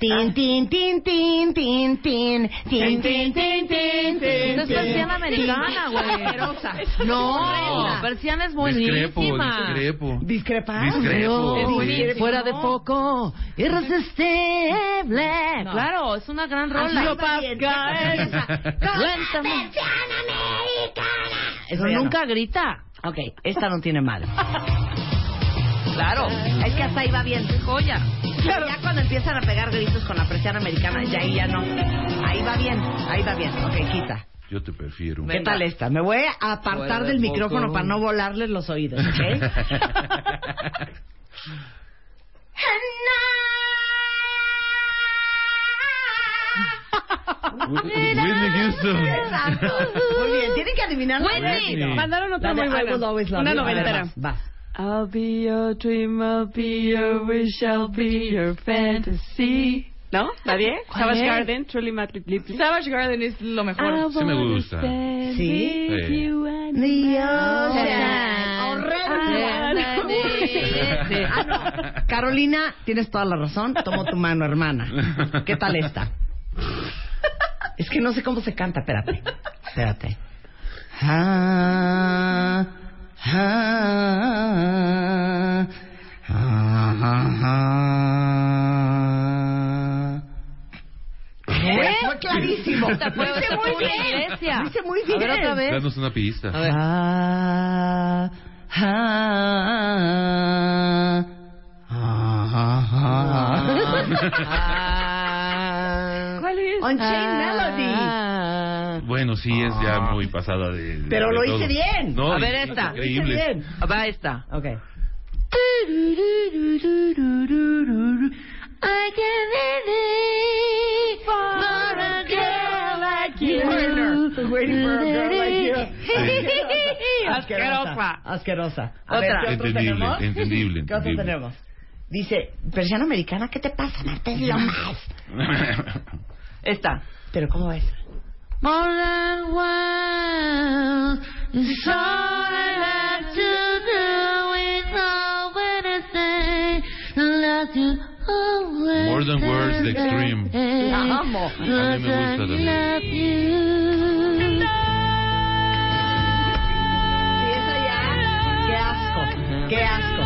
Tin, tin, tin, tin, tin, tin, tin, tin, tin, tin, tin.
Esto es persiana americana, güey.
Asquerosa.
No, persiana es buenísima.
discrepo, discrepo.
¿Discrepar?
Discrepo,
No,
sí.
discrepo. Fuera de foco. Irresistible. Claro.
No. Claro, es una gran
Así
rola.
no para caer.
Cuéntame.
Eso
Pero
ya no.
nunca grita.
Ok, esta no tiene madre.
Claro.
Es que hasta ahí va bien.
Joya.
Ya cuando empiezan a pegar gritos con la presión americana, ya ahí ya no. Ahí va bien, ahí va bien. Ok, quita.
Yo te prefiero.
¿Qué tal esta? Me voy a apartar del micrófono para no volarles los oídos, ¿ok?
Whitney Houston.
Exacto. Muy bien, tienen que adivinar. la
Whitney.
canción.
Mandaron otra
La de
muy
I Will
buena.
Always Love
Una
You. A ver,
noventera.
vas, vas.
I'll be your dream, I'll be your wish, I'll be your fantasy. ¿No? ¿Nadie?
¿Cuál
Savage
es?
Garden, Truly Madrid Lipsy.
Savage Garden es lo
Ah,
mejor.
Sí me gusta.
Sí.
with Sí. you
The
ocean.
Horrendo.
Sí.
Ah, no. Carolina, tienes toda la razón. Tomo tu mano, hermana. ¿Qué tal esta? Es que no sé cómo se canta. Espérate. Espérate. Ah, ah, ah, ah, ah.
¿Eh?
¿Qué? Fue clarísimo.
Te acuerdas,
Lo hice
te
muy
acuerdas,
bien.
Iglesia.
Lo hice muy bien.
A ver, otra vez.
Danos una pista.
A ver.
Ah, ah, ah, ah, ah.
¿Cuál es?
Unchained
Ah.
Melody.
Bueno, sí, es ya muy pasada de. de-
Ah. Pero
de
lo
todo.
hice bien.
No,
A ver
es
esta.
Increíble.
Hice bien.
Va esta.
Okay.
I can anything for a girl like you.
Winner. Waiting for a girl like you.
Asquerosa.
Asquerosa. ¿qué
Otra.
otro
Entendible,
tenemos?
entendible,
¿Qué otro
entendible.
tenemos? Dice, persiana americana, ¿qué te pasa, Marta? Es lo más.
Esta.
Pero ¿cómo es?
More than one, it's all I have to do is always to say, love you always.
More than words, the extreme.
La amo.
A mí me gusta también.
Sí, esa ya. Qué asco. Qué asco.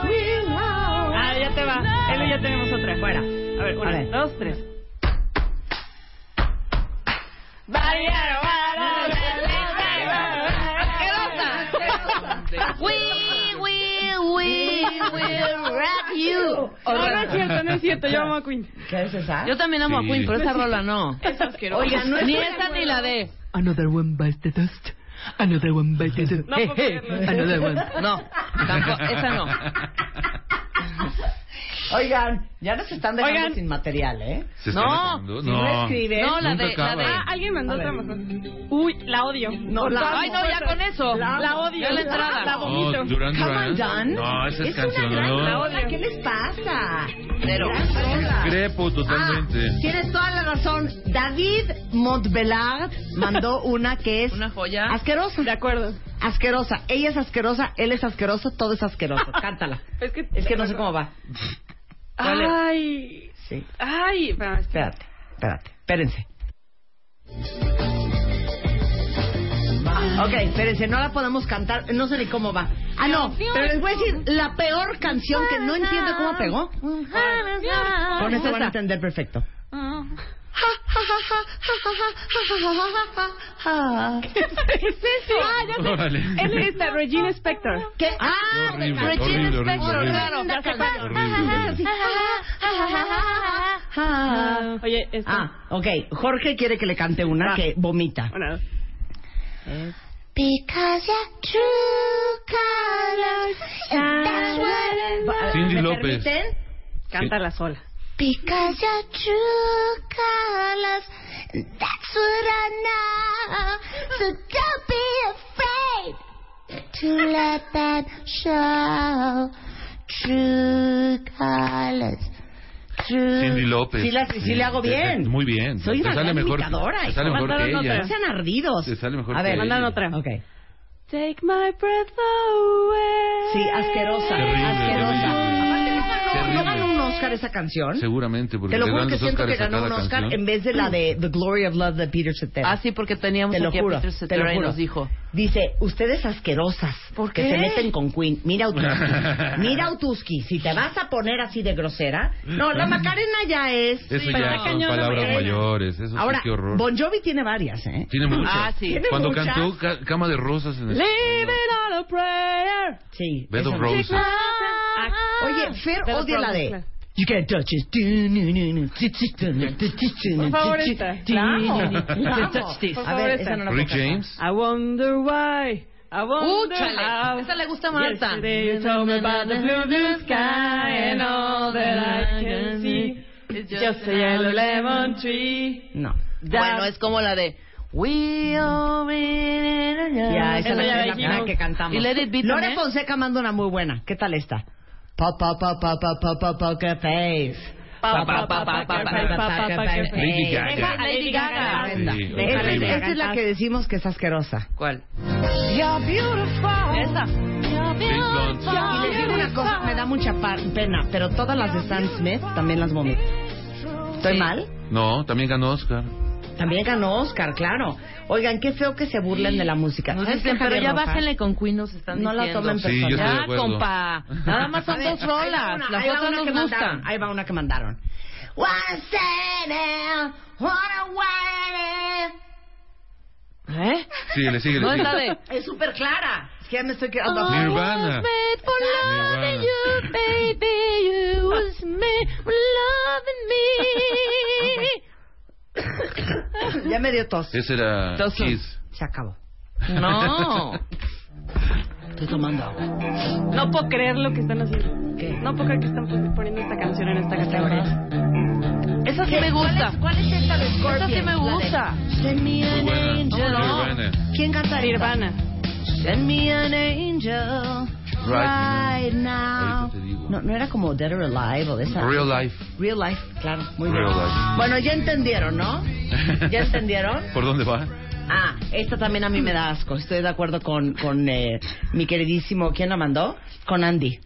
Ah, ya te va. Él y ya tenemos otra. Fuera. A ver, una,
A ver.
dos, tres.
We will, we will rock you.
No, no es cierto, no es cierto. Yo amo a Queen.
¿Qué es esa?
Yo también amo a
Sí.
Queen, pero esa rola no.
Es asqueroso.
Oiga, no es
Ni
una
esa ni
buena-
la de.
Another one bites the dust. Another one bites the dust.
No puedo creerlo.
Another one.
No, tampoco, esa no.
Oigan, ya nos están dejando
Oigan.
sin material, ¿eh?
¿Se está
No,
matando?
si no escribe.
No, la de.
Nunca
La de
acaba.
Ah, alguien mandó
A ver.
otra más. Uy, la odio.
No, la
ay, no, ya con eso.
La,
La
odio.
Ya la entrada.
La
No,
vomito.
Oh, Duran
Come on,
Duran.
John.
No, esa es,
es
canción,
una gran
¿no?
rola, ¿Qué les pasa?
Cero.
Gran rola.
Discrepo totalmente.
Ah, tienes toda la razón. David Montbelard mandó una que es
Una joya.
asquerosa.
De acuerdo.
Asquerosa. Ella es asquerosa, él es asqueroso, todo es asqueroso. Cántala.
Es que,
Es que no sé cómo va. ¿Cuál es?
Ay.
Sí.
Ay. espérame, espérame.
Espérate, espérate, espérense. Ok, espérense, no la podemos cantar, no sé ni cómo va. Ah, no, pero les voy a decir la peor canción que no entiendo cómo pegó. Con eso van a entender perfecto.
¿Qué es eso? Ah, ya sé.
Órale.
Es esta, Regina Spector.
¿Qué? Ah,
Horrible,
Regina
horrible, horrible,
Spector,
horrible.
claro, ya sé cuál.
Horrible.
Oye, esta.
Ah, ok, Jorge quiere que le cante una que vomita.
Una, dos.
Because your true colors, that's what
Cindy
¿Me
López.
permiten?
Cántala sola.
Because your true colors, that's what I know. So don't be afraid to let that show. True colors. True.
Cindy López.
Sí, la- sí le hago
te- te-
bien.
muy bien.
Soy una
te sale
gran
mejor,
imitadora,
Te sale
hijo.
mejor que
Mandaron
ella.
No sean ardidos.
Te sale mejor
A ver,
que
mandan
ella.
otra. Okay.
Take my breath away.
Sí, asquerosa,
Terrible,
asquerosa.
terrible.
Aparte, ¿no ganó-
Terrible.
¿no ganó un Oscar esa canción?
Seguramente, porque
Te lo
le
juro
dan
que
los
siento que
Óscares a
ganó un
cada
Oscar
canción.
en vez de la de The Glory of Love de Peter Cetera.
Ah, sí, porque teníamos
Te lo
aquí
juro,
a Peter
te lo
Cetera y
juro.
nos dijo.
Dice, ustedes asquerosas,
¿Por
que
qué?
se meten con Queen. Mira a Utuski, mira a Utuski, si te vas a poner así de grosera. No, la Macarena ya es.
Eso
pero
ya
la
son
cañona
palabras
Macarena.
mayores. Eso
Ahora,
sí, qué horror.
Bon Jovi tiene varias, ¿eh?
Tiene muchas.
Ah, sí.
Tiene
Cuando
muchas.
cantó Ca- Cama de Rosas en el...
Leave it on a prayer.
Sí.
Bed of
esa-
Roses.
Ah,
Oye, Fer
Pero
odia la de...
producla.
You can't touch it. Por
Por favor, esta.
Claro.
Claro.
Por
A ver,
favor,
esa no Ah, la
Rick
puedo cantar.
James.
I wonder why. I wonder how.
¡Úchale! Esa le gusta más.
Yesterday you told me about the blue, blue sky and all that I can see.
It's
Just a yellow lemon tree.
No.
Bueno, es como la de... We are in a-
Ya, esa
Esa
no
ya
es la
dijimos.
primera que cantamos.
Y Let It Be
Lore
también.
Fonseca manda una muy buena. ¿Qué tal esta? Pa pa pa pa pa pa pa pa que face.
Pa, pa, pa, pa, pa, pa, pa,
pa,
que
pa,
face.
que
Lady Gaga.
Deja-
Lady
Lady
Gaga.
Gaga.
Horrenda.
Sí,
Esta es-
horrible.
esta es la que decimos que es asquerosa.
¿Cuál?
You're beautiful.
Esa.
Big Blonde.
Y les digo una cosa, me da mucha par- pena, pero todas las de Sam Smith también las vomito. ¿Estoy
Sí.
mal?
No, también ganó Oscar.
También ganó Oscar, claro. Oigan, qué feo que se burlen de la música.
Nos
¿Sabes
dicen,
qué,
pero
Javier
ya
Rojas?
bájenle con Queen, nos están
No la
diciendo.
tomen
Sí, yo estoy de
Ya,
acuerdo.
compa. Nada más son dos rolas. Las
Ahí va
otras
una
nos
que mandaron,
gustan.
Ahí va una que mandaron.
Wanna say now, wanna wanna
¿Eh?
Síguele, síguele.
No es la
síguele.
de...
Es súper clara. Es que ya me estoy quedando.
Nirvana.
Made for loving
Nirvana.
you, baby. You was made for loving me.
ya me dio tos.
Ese era
Dos son.
Kiss.
Se acabó.
No.
Estoy tomando agua.
No puedo creer lo que están haciendo.
¿Qué?
No puedo creer que están pon- poniendo esta canción en esta categoría.
Esa sí me gusta.
¿Cuál es esta de Scorpions?
Esa sí me
La de-
gusta.
Send me
Muy
an
buena.
angel.
Nirvana.
¿Quién canta esta?
Nirvana.
Send me an angel right,
Right
now.
Ahorita te digo.
No, no era como Dead or Alive o de esa.
Real Life.
Real Life, claro. Muy
Real
bien.
Life.
Bueno, ya entendieron, ¿no? ¿Ya entendieron?
¿Por dónde va?
Ah, esta también a mí me da asco. Estoy de acuerdo con, con eh, mi queridísimo, ¿quién la mandó? Con Andy.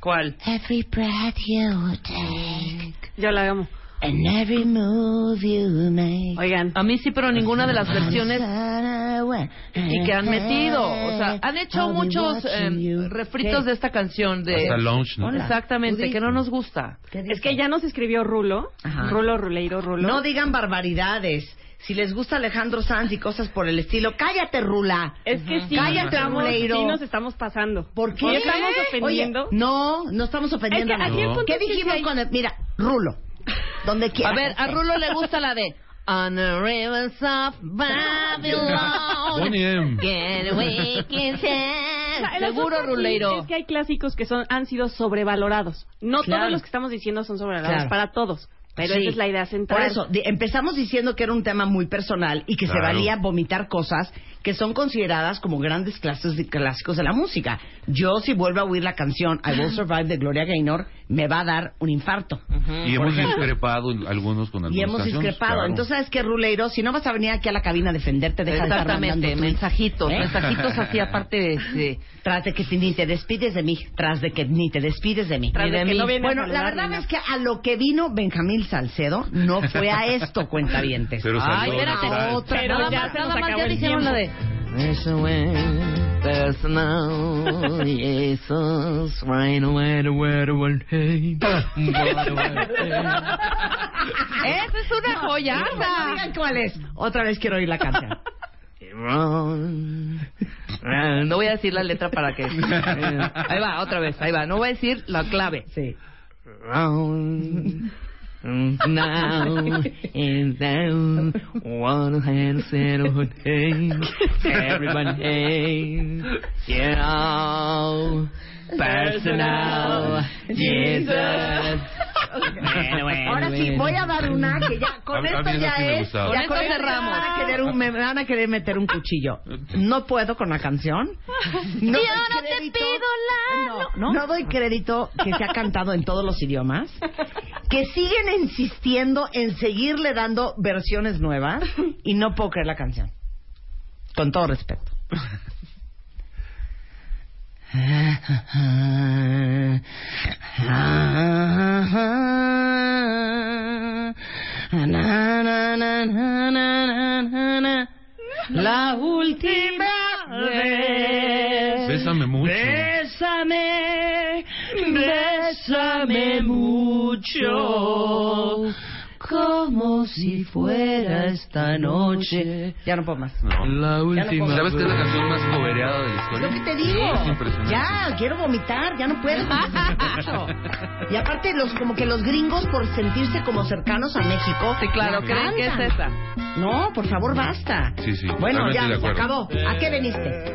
¿Cuál?
Every breath you take
Yo la amo.
and every move you make.
Oigan.
A mí sí, pero ninguna de las versiones y que han metido. O sea, han hecho muchos eh, refritos de esta canción. de
Hasta Launch, ¿no?
Hola.
Exactamente, que no nos gusta.
Es que ya nos escribió Rulo.
Ajá.
Rulo, Ruleiro, Rulo.
No digan barbaridades. Si les gusta Alejandro Sanz y cosas por el estilo, cállate, Rula.
es que sí,
Cállate,
estamos,
Ruleiro.
sí nos estamos pasando.
¿Por qué?
Porque estamos ofendiendo.
Oye, no, no estamos ofendiendo.
Es que
a nadie.
aquí el punto
¿Qué
es que
dijimos
sí hay-
con el... Mira, Rulo. Donde quiera.
A ver, a Rulo le gusta la de On the rivers of Babylon.
Bonnie M.
Get away, kiss it.
O sea, el
Seguro,
asunto aquí
Ruleiro.
Es que hay clásicos que son, han sido sobrevalorados. No
Claro.
todos los que estamos diciendo son sobrevalorados
Claro.
para todos. Pero
Sí.
esa es la idea central.
Por eso, di- empezamos diciendo que era un tema muy personal y que se
Claro.
valía vomitar cosas que son consideradas como grandes clases de clásicos de la música. Yo, si vuelvo a oír la canción I Will Survive de Gloria Gaynor, me va a dar un infarto.
Y hemos discrepado en algunos con algunas
Y hemos
canciones,
discrepado.
pues, claro.
Entonces, ¿sabes qué, Ruleiro? Si no vas a venir aquí a la cabina a defenderte, deja de estar mandando
Exactamente,
tweets.
mensajitos,
¿Eh?
mensajitos así aparte este,
Tras de que ni te despides de mí, tras de que ni te despides de mí.
Tras
Ni
de que
mí.
no viene a
bueno, la
saludar,
verdad
ni
es
nada.
que a lo que vino Benjamín Salcedo no fue a esto, cuentavientes.
Pero salió
Ay, espérate,
natural.
otra,
Pero
nada
ya
más,
se nos
nada más,
acabó
ya
el
dijeron la de...
tiempo.
It's a way, personal, Jesus, right away, the word of one day, word of one day. Esa es una joyaza.
No digan cuál es. Otra vez quiero oír la canción.
Wrong. Wrong. Eh, No voy a decir la letra para que... eh, Ahí va, otra vez, ahí va. No voy a decir la clave.
Sí.
round now and down one hand said oh, hey everyone hey yeah personal Jesus Bueno, bueno,
Ahora sí,
bueno.
voy a dar una que ya, con
A- a
esto
mí esa
ya
sí me
es.
gustaba.
ya
Con esto
esto
cerramos.
Me van, a querer un- me van a querer meter un cuchillo. No puedo con la canción. No doy
Yo no te
crédito-
pido la-
No, no doy crédito que se ha cantado en todos los idiomas. Que siguen insistiendo en seguirle dando versiones nuevas. Y no puedo creer la canción. Con todo respeto.
La última vez.
Bésame mucho.
Bésame, bésame mucho. Como si fuera esta noche.
Ya no puedo más.
No.
La última.
¿Sabes qué es la canción más cobereada de la historia?
Lo que te digo.
Es impresionante.
Ya, quiero vomitar, ya no puedo. Mucho. y aparte, los como que los gringos, por sentirse como cercanos a México.
Sí, claro,
la
creen que es
cantan.
esa.
No, por favor, basta.
Sí, sí,
Bueno,
totalmente
ya,
de
se
acuerdo.
acabó. ¿A qué veniste?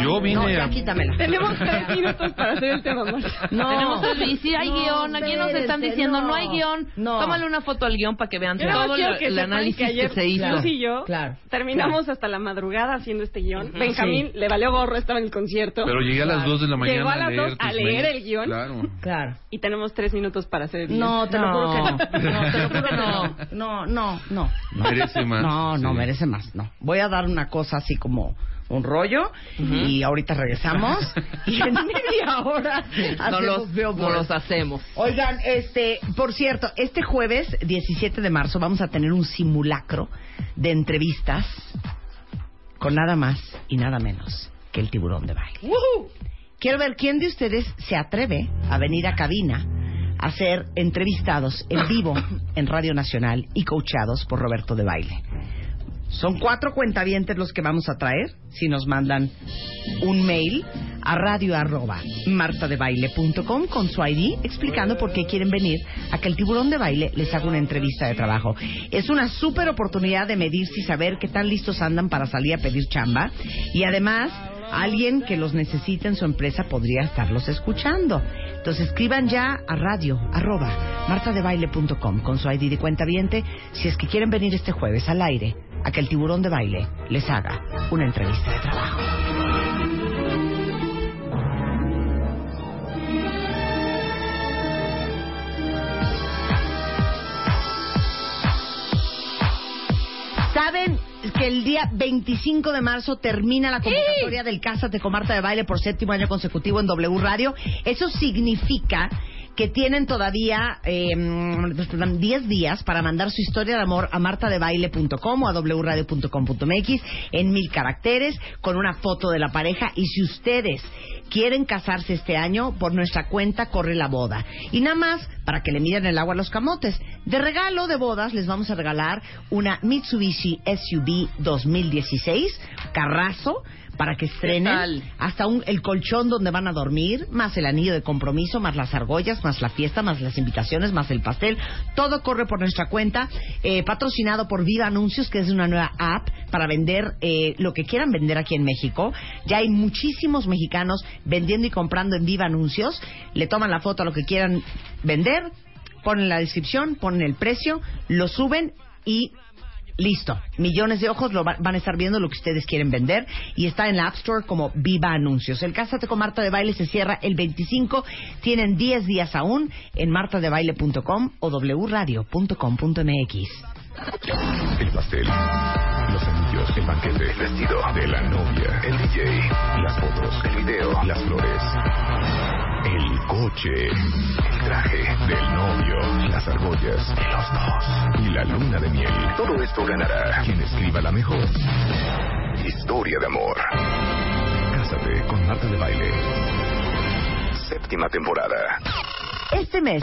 Yo vine
No, ya
a...
quítamela.
Tenemos tres minutos para hacer el tema, Marta.
No.
Tenemos el- y si hay
No,
guión, aquí nos están
espérense,
diciendo, no, hay guión,
No.
tómale una foto al guión para que vean
Yo nada más
todo
quiero
lo-
que
el
sepan
análisis que,
que ayer
se hizo.
Lucy y yo
Claro.
terminamos hasta la madrugada haciendo este guión. Benjamín
Sí.
le valió gorro, estaba en el concierto.
Pero llegué a las 2 de la mañana
Llegó a las
leer
2 a
tus
leer
mails.
el guión.
Claro.
Claro.
Y tenemos tres minutos para hacer el guión.
No, te lo juro que no. No, te lo juro que no.
No.
No, no, no.
Merece más.
No, no
Sí.
merece más, no. Voy a dar una cosa así como un rollo y ahorita regresamos y en media hora
No
hacemos
los, no
Billboard.
los hacemos.
Oigan, este, por cierto, este jueves 17 de marzo vamos a tener un simulacro de entrevistas con nada más y nada menos que el tiburón de baile. Quiero ver quién de ustedes se atreve a venir a cabina a ser entrevistados en vivo en Radio Nacional y coachados por Roberto de Baile. Son cuatro cuentavientes los que vamos a traer si nos mandan un mail a radio arroba martadebaile.com con su ID explicando por qué quieren venir a que el tiburón de baile les haga una entrevista de trabajo. Es una súper oportunidad de medirse y saber qué tan listos andan para salir a pedir chamba y además alguien que los necesite en su empresa podría estarlos escuchando. Entonces escriban ya a radio arroba martadebaile.com con su ID de cuenta viente si es que quieren venir este jueves al aire a que el tiburón de baile les haga una entrevista de trabajo. ¿Saben que el día 25 de marzo termina la convocatoria del Cásate con Marta de Baile por séptimo año consecutivo en W Radio? Eso significa que tienen todavía eh, mm, 10 días para mandar su historia de amor a martadebaile.com o a wradio.com.mx en mil caracteres con una foto de la pareja y si ustedes quieren casarse este año, por nuestra cuenta corre la boda. Y nada más para que le midan el agua a los camotes. De regalo de bodas les vamos a regalar una Mitsubishi SUV 2016, carrazo, para que estrenen
tal?
hasta un, el colchón donde van a dormir, más el anillo de compromiso, más las argollas, más la fiesta, más las invitaciones, más el pastel. Todo corre por nuestra cuenta, eh, patrocinado por Viva Anuncios, que es una nueva app para vender eh, lo que quieran vender aquí en México. Ya hay muchísimos mexicanos vendiendo y comprando en Viva Anuncios. Le toman la foto a lo que quieran vender, ponen la descripción, ponen el precio, lo suben y Listo. Millones de ojos lo va- van a estar viendo lo que ustedes quieren vender y está en la App Store como Viva Anuncios. El Cásate con Marta de Baile se cierra el 25. Tienen 10 días aún en martadebaile.com o wradio.com.mx.
El pastel. Los anillos. El banquete. El vestido. De la novia. El DJ. Las fotos. El video. Las flores. El coche. El traje. Del novio. Las argollas. Los dos. Y la luna de miel. Todo esto ganará quien escriba la mejor. Historia de amor. Cásate con Marta de Baile. Séptima temporada.
Este mes,